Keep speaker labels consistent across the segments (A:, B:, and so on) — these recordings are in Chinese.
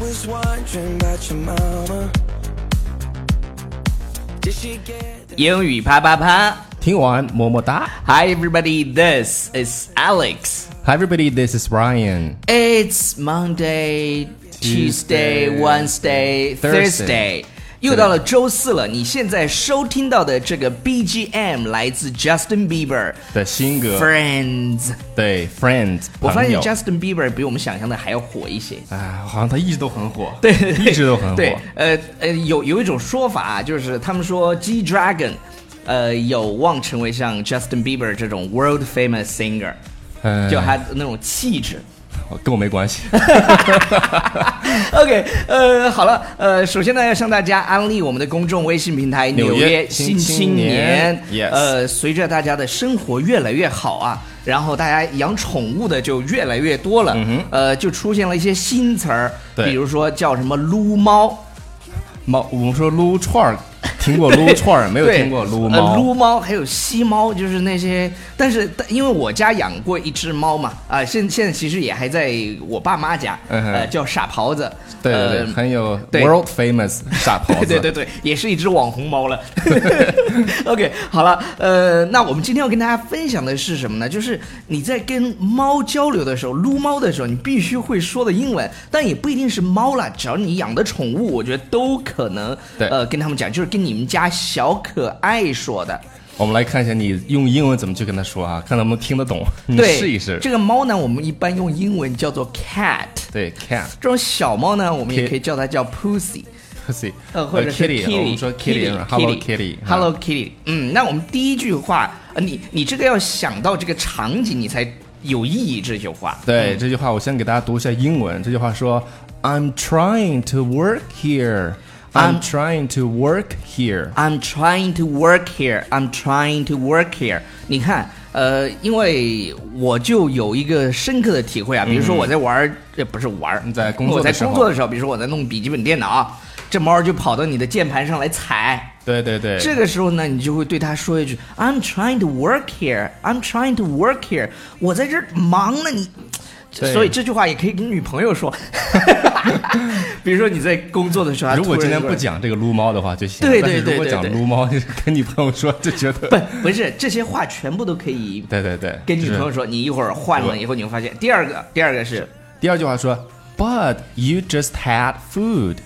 A: was wondering about your mama. Did she get
B: 英语啪啪啪
C: 听完么么哒。
B: ！Hi everybody, this is Alex.
C: Hi everybody, this is Ryan.
B: It's Monday, Tuesday, Wednesday, Thursday.
C: Thursday
B: 又到了周四了，你现在收听到的这个 BGM 来自 Justin Bieber
C: 的新歌
B: Friends。
C: 对 Friends
B: 我发
C: 朋
B: 现
C: 友
B: Justin Bieber 比我们想象的还要火一些。
C: 啊，好像他一直都很火，
B: 对，
C: 一直都很火。
B: 对，呃呃，有有一种说法啊，就是他们说 G Dragon，呃，有望成为像 Justin Bieber 这种 world famous singer，
C: 嗯，
B: 就他那种气质。
C: 哦跟我没关系。
B: OK，呃，好了，呃，首先呢，要向大家安利我们的公众微信平台《
C: 纽
B: 纽
C: 约
B: 约
C: 新
B: 新
C: 青
B: 青
C: 年 Yes
B: 呃，随着大家的生活越来越好啊，然后大家养宠物的就越来越多了，呃，就出现了一些新词儿，
C: 嗯对
B: 比如说叫什么“撸猫
C: 猫，我们说撸串儿，听过撸串儿，”，没有
B: 对
C: 听过撸
B: 呃
C: 猫。
B: 撸猫还有吸猫，就是那些，但是但因为我家养过一只猫嘛，啊、现现在其实也还在我爸妈家，
C: 嗯哼
B: 呃，叫傻狍子，
C: 对对对，
B: 呃
C: 很有
B: 对
C: world famous 傻狍 子。
B: 对对对，也是一只网红 猫了。OK，好了，呃，那我们今天要跟大家分享的是什么呢？就是你在跟猫交流的时候，撸猫的时候，你必须会说的英文，但也不一定是猫啦，只要你养的宠物，我觉得都可能
C: 对
B: 呃跟他们讲，就是跟你们家小可爱说的。
C: 我们来看一下你用英文怎么去跟他说啊，看能不能听得懂，你
B: 对，
C: 试一试。
B: 这个猫呢，我们一般用英文叫做 cat，
C: 对，cat
B: 这种小猫呢，我们也
C: Kit
B: 可以叫它叫 pussy。
C: pussy，
B: 呃，或者是
C: kitty，我哦啊们说 kitty，hello
B: kitty，hello kitty。嗯，那我们第一句话，呃，你你这个要想到这个场景，你才有意义这句话。
C: 对这句话，我先给大家读一下英文。这句话说：“I'm trying to work here.
B: I'm-
C: I'm
B: 啊
C: trying to work here.”
B: I'm trying to work here. I'm trying to work here. 你看，呃，因为我就有一个深刻的体会啊，比如说我在玩儿，呃，不是玩儿，
C: 嗯你在工作
B: 我在
C: 的时候
B: 工作的时候，比如说我在弄笔记本电脑，这猫儿就跑到你的键盘上来踩，
C: 对对对，
B: 这个时候呢，你就会对他说一句：“I'm trying to work here. I'm trying to work here. 我在这儿忙呢，你。”
C: 对
B: 所以这句话也可以跟女朋友 说，比如说你在工作的时候，她
C: 如果
B: 突
C: 今
B: 然
C: 天
B: 就
C: 不讲这个撸猫的话就行。
B: 对
C: 但是
B: 对对
C: 如果
B: 对
C: 讲
B: 对
C: 撸猫，就是跟你朋友说就觉得
B: 不不是这些话全部都可以
C: 对对对，
B: 跟女
C: 就是
B: 朋友说。你一会儿换了
C: 对
B: 以后，你会发现第二个第二个是
C: 第二句话说：“But you just had food.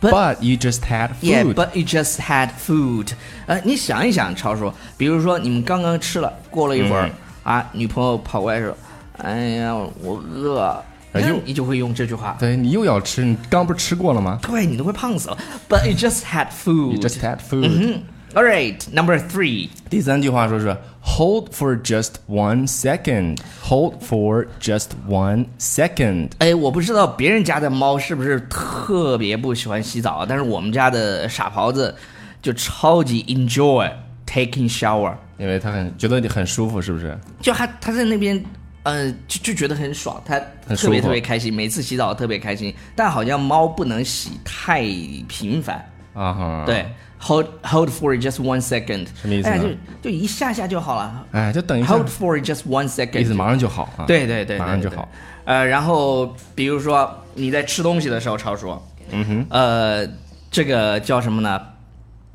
B: But-
C: But you just had
B: Yeah,
C: food.”
B: but you just had food。呃，你想一想，超叔，比如说你们刚刚吃了，过了一
C: 嗯
B: 会儿、啊，女朋友跑过来说：“哎呀，我饿。”
C: 哎
B: 那
C: 呦
B: 你就会用这句话，
C: 对你又要吃，你刚不是吃过了吗
B: 对你都会胖死了。But you just had
C: ？You
B: food.
C: just had food。
B: 嗯，All right, number three.
C: 第三句话说是 “Hold for just one second. Hold for just one second.”
B: 哎，我不知道别人家的猫是不是特别不喜欢洗澡，但是我们家的傻狍子就超级 enjoy taking shower。
C: 因为他很觉得你很舒服，是不是？
B: 就他他在那边，呃，就就觉得很爽，他
C: 很
B: 特别
C: 舒服
B: 特别开心，每次洗澡特别开心。但好像猫不能洗太频繁，
C: 啊哈，，
B: 对，hold hold for just one second，
C: 什么意思
B: 哎呀
C: 呢
B: 就就一下下就好了
C: 哎，就等一下
B: ，hold，for just one second，
C: 意思马上就好啊。
B: 对对对，
C: 马上就
B: 对
C: 好。。
B: 对呃，然后比如说你在吃东西的时候，超叔，嗯哼，呃，这个叫什么呢？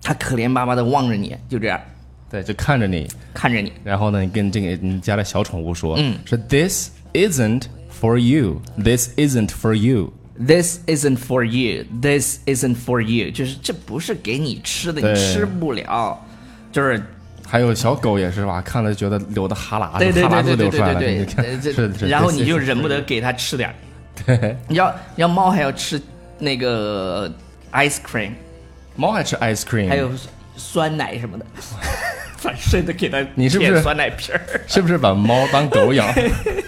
B: 他可怜巴巴的望着你，就这样
C: 对，就看着你，
B: 看着你。
C: 然后呢，你跟这个你家的小宠物说，嗯，说 This isn't for you. This isn't for you.
B: This isn't for you. This isn't for you. 就是这不是给你吃的，
C: 对啊
B: 你吃不了。就是
C: 还有小狗也是吧，看了觉得流的哈喇
B: 对
C: 子，
B: 对
C: 哈
B: 对
C: 喇
B: 对对
C: 子流出来了。
B: 对对
C: 你
B: 呃
C: 看，是
B: 这，
C: 是
B: 然后你
C: this
B: 就
C: isn't
B: 忍不得给它吃点儿。
C: 对，
B: 你要你要猫还要吃那个 ice cream，
C: 猫爱吃 ice cream，
B: 还有酸奶什么的， 反正的给它
C: 你是不
B: 舔
C: 是
B: 酸奶皮儿？
C: 是不是把猫当狗 养？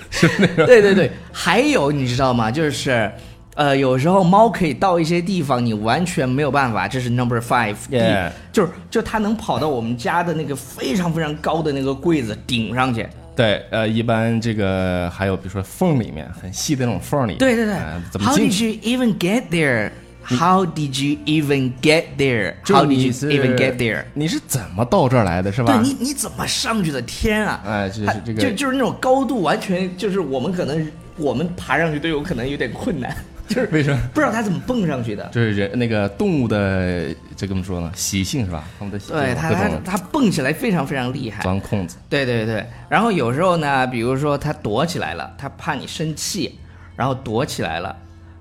C: 是不是那 个
B: 对对对，还有你知道吗？就是。呃，有时候猫可以到一些地方，你完全没有办法。这是 number five，第
C: Yeah
B: 就是就它能跑到我们家的那个非常非常高的那个柜子顶上去。
C: 对，呃，一般这个还有比如说缝里面很细的那种缝里，
B: 对对对、
C: 呃怎
B: h
C: 么
B: o w
C: 进
B: did
C: 去？
B: you even get there? How did you even get there? How
C: 就
B: did
C: 你
B: you
C: 是
B: even get there?
C: 你是怎么到这儿来的，是吧？
B: 对你你怎么上去的？天啊！
C: 哎这是
B: 它
C: 这个
B: 就就是那种高度，完全就是我们可能我们爬上去都有可能有点困难。 就是
C: 为什么？
B: 不知道它怎么蹦上去的。
C: 这是人那个动物的这怎么说呢？习性是吧？他们的习性
B: 对它，
C: 各
B: 它
C: 种
B: 它蹦起来非常非常厉害。
C: 钻空子，
B: 对对对，然后有时候呢，比如说它躲起来了，它怕你生气，然后躲起来了。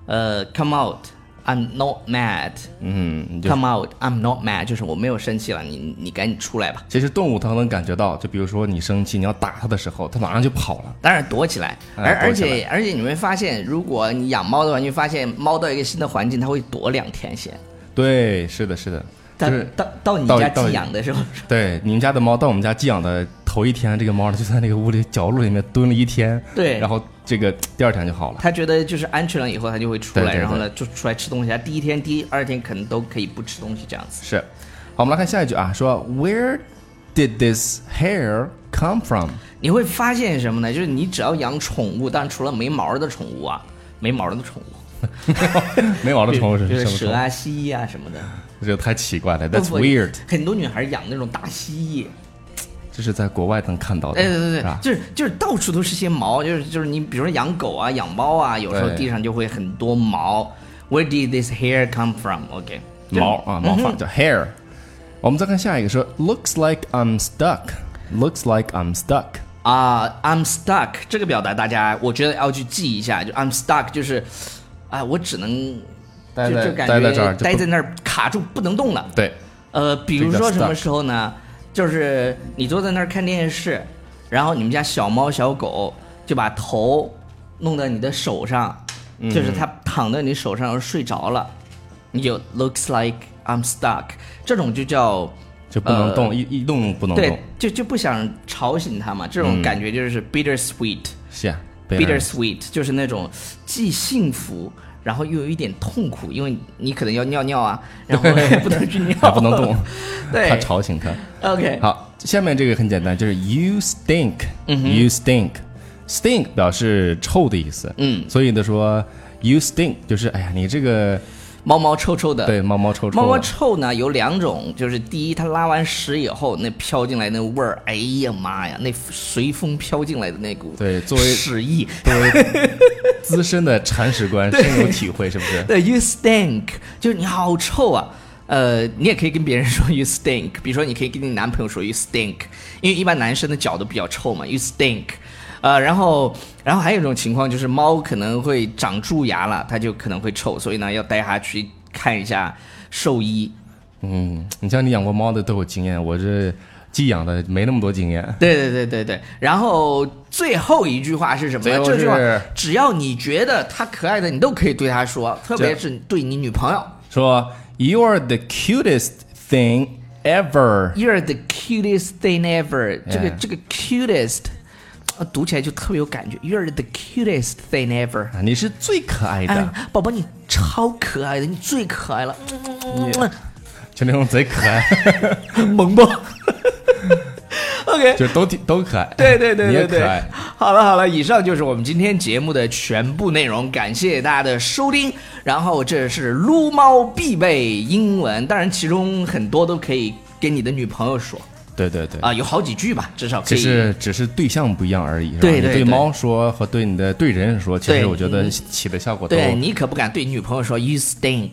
B: 呃，come out，I'm not mad。
C: 嗯，你就
B: Come out，I'm not mad，就是我没有生气了，你你赶紧出来吧。
C: 其实动物它能感觉到，就比如说你生气，你要打它的时候，它马上就跑了。
B: 当然躲起来，
C: 嗯
B: 而而
C: 躲起来
B: 且而且你会发现，如果你养猫的话，你会发现猫到一个新的环境，它会躲两天先。
C: 对，是的，是的，就
B: 到
C: 是
B: 到到你
C: 到
B: 家
C: 到
B: 寄养的时候，
C: 对你们家的猫到我们家寄养的头一天，这个猫呢就在那个屋里角落里面蹲了一天，
B: 对
C: 然后这个第二天就好了。
B: 它觉得就是安全了以后，它就会出
C: 对
B: 来，
C: 对对
B: 然后呢就出来吃东西。它第一天、第二天可能都可以不吃东西这样子。
C: 是，好，我们来看下一句啊，说 Where did this hair come from？
B: 你会发现什么呢？就是你只要养宠物，但除了没毛的宠物啊，没毛的宠物，
C: 没毛的宠物是
B: 就是
C: 什么宠
B: 蛇
C: 物？
B: 啊、蜥蜴啊什么的。
C: 这个太奇怪了，That's
B: 不不
C: weird。
B: 很多女孩养那种大蜥蜴，
C: 这是在国外能看到的，
B: 哎，对对
C: 是
B: 对
C: 吧，？
B: 就是就是到处都是些毛，就是就是你比如说养狗啊、养猫啊，有时候
C: 对
B: 地上就会很多毛。Where did this hair come from? OK，就是嗯
C: 毛啊，毛发叫 hair。我们再看下一个，说 Looks like I'm stuck。Looks like I'm stuck。
B: 啊、i m stuck 这个表达大家我觉得要去记一下，就 I'm stuck 就是啊、我只能
C: 待
B: 就
C: 在
B: 就感觉
C: 待在这儿就不
B: 待在那儿卡住不能动了。
C: 对，
B: 呃，比如
C: 这个
B: 说
C: 叫
B: 什么
C: stuck
B: 时候呢？就是你坐在那儿看电视，然后你们家小猫小狗就把头弄到你的手上，
C: 嗯
B: 就是它躺在你手上然后睡着了，你就 looks like I'm stuck，这种就叫
C: 就不能
B: 呃
C: 动，一一动不能动嗯
B: 对。，就就不想吵醒它嘛，这种感觉就是 bittersweet。
C: 是啊
B: bittersweet 就是那种既幸福，然后又有一点痛苦，因为你可能要尿尿啊， 然后不能去尿，
C: 不能动 怕
B: 对
C: 吵醒他。
B: ，OK，
C: 好，下面这个很简单，就是 you stink，you、stink。stink 表示臭的意思，嗯，所以呢说 you stink 就是哎呀，你这个
B: 猫猫臭臭的，
C: 对猫猫臭臭的，
B: 呃猫猫臭呢有两种，就是第一，它拉完屎以后那飘进来那味儿，哎呀妈呀，那随风飘进来的那股
C: 对作为
B: 屎意，
C: 作为资深的铲屎官深有体会，是不是？
B: 对，you stink，就是你好臭啊。呃，你也可以跟别人说 you stink，比如说你可以跟你男朋友说 you stink，因为一般男生的脚都比较臭嘛，you stink。呃，然后，然后还有一种情况就是猫可能会长蛀牙了，它就可能会臭，所以呢要带它去看一下兽医。
C: 嗯，你像你养过猫的都有经验，我这寄养的没那么多经验。
B: 对对对对对。然后最后一句话是什么
C: 最
B: 呢？
C: 后
B: 这句话
C: 是
B: 只要你觉得它可爱的，你都可以对它说，特别
C: 这
B: 是对你女朋友。
C: 说 you are the cutest thing ever，
B: You're the cutest thing ever 这个
C: Yeah.
B: 这个 cutest，呃读起来就特别有感觉。You're the cutest thing ever。
C: 啊你是最可爱的，
B: 哎，宝宝你超可爱的，你最可爱了，
C: 就那种贼可爱，
B: 萌吧 ？OK，
C: 就都挺都可爱。
B: 对对对
C: 你
B: 对
C: 也可
B: 对
C: 爱。，
B: 好了好了，以上就是我们今天节目的全部内容，感谢大家的收听。然后这是撸猫必备英文，当然其中很多都可以跟你的女朋友说
C: 对对对
B: 啊、有好几句吧，至少可
C: 只
B: 以。
C: 是只是对象不一样而已，是吧？
B: 啊对
C: 你
B: 对
C: 对
B: 对
C: 猫说和对你的对人说，其
B: 对
C: 实我觉得
B: 嗯
C: 起的效果都，
B: 对你可不敢对女朋友说 you stink。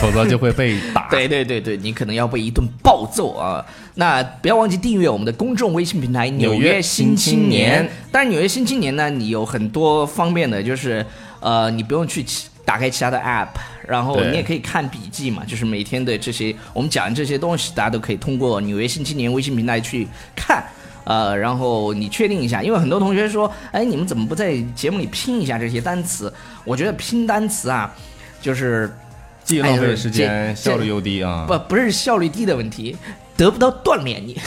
C: 否则就会被打。
B: 对对对对，你可能要被一顿暴揍啊！那不要忘记订阅我们的公众微信平台《纽
C: 纽
B: 约
C: 约
B: 新
C: 新
B: 青
C: 青
B: 年
C: 年》。
B: 当然，《纽约新青年》呢，你有很多方便的，就是呃，你不用去其打开其他的 app，然后
C: 对
B: 你也可以看笔记嘛，就是每天的这些我们讲的这些东西，大家都可以通过《纽约新青年》微信平台去看。呃，然后你确定一下，因为很多同学说，哎，你们怎么不在节目里拼一下这些单词？我觉得拼单词啊，就是
C: 既浪费时
B: 哎
C: 间，
B: 这
C: 效率又低啊。
B: 不不是效率低的问题，得不到锻炼你。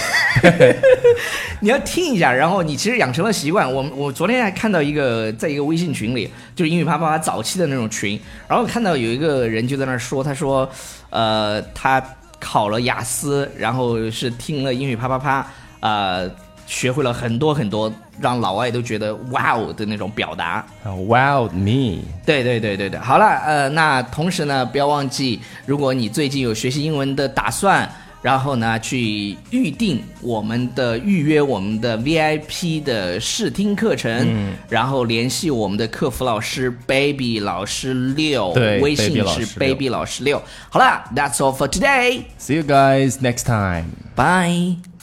B: 你要听一下，然后你其实养成了习惯。我我昨天还看到一个，在一个微信群里，就是英语啪啪啪早期的那种群，然后看到有一个人就在那儿说，他说，呃，他考了雅思，然后是听了英语啪啪啪，呃，学会了很多很多让老外都觉得哇哦的那种表达。
C: 啊 Wild me，
B: 对对对对对，好了，呃，那同时呢，不要忘记，如果你最近有学习英文的打算，然后呢去预定我们的预约我们的 VIP 的试听课程，
C: 嗯
B: 然后联系我们的客服老师 Baby 老师六，
C: 对
B: 微信
C: Baby 老
B: 是
C: 师六
B: Baby 老师六。好啦，That's all for today，
C: See you guys next time.
B: bye。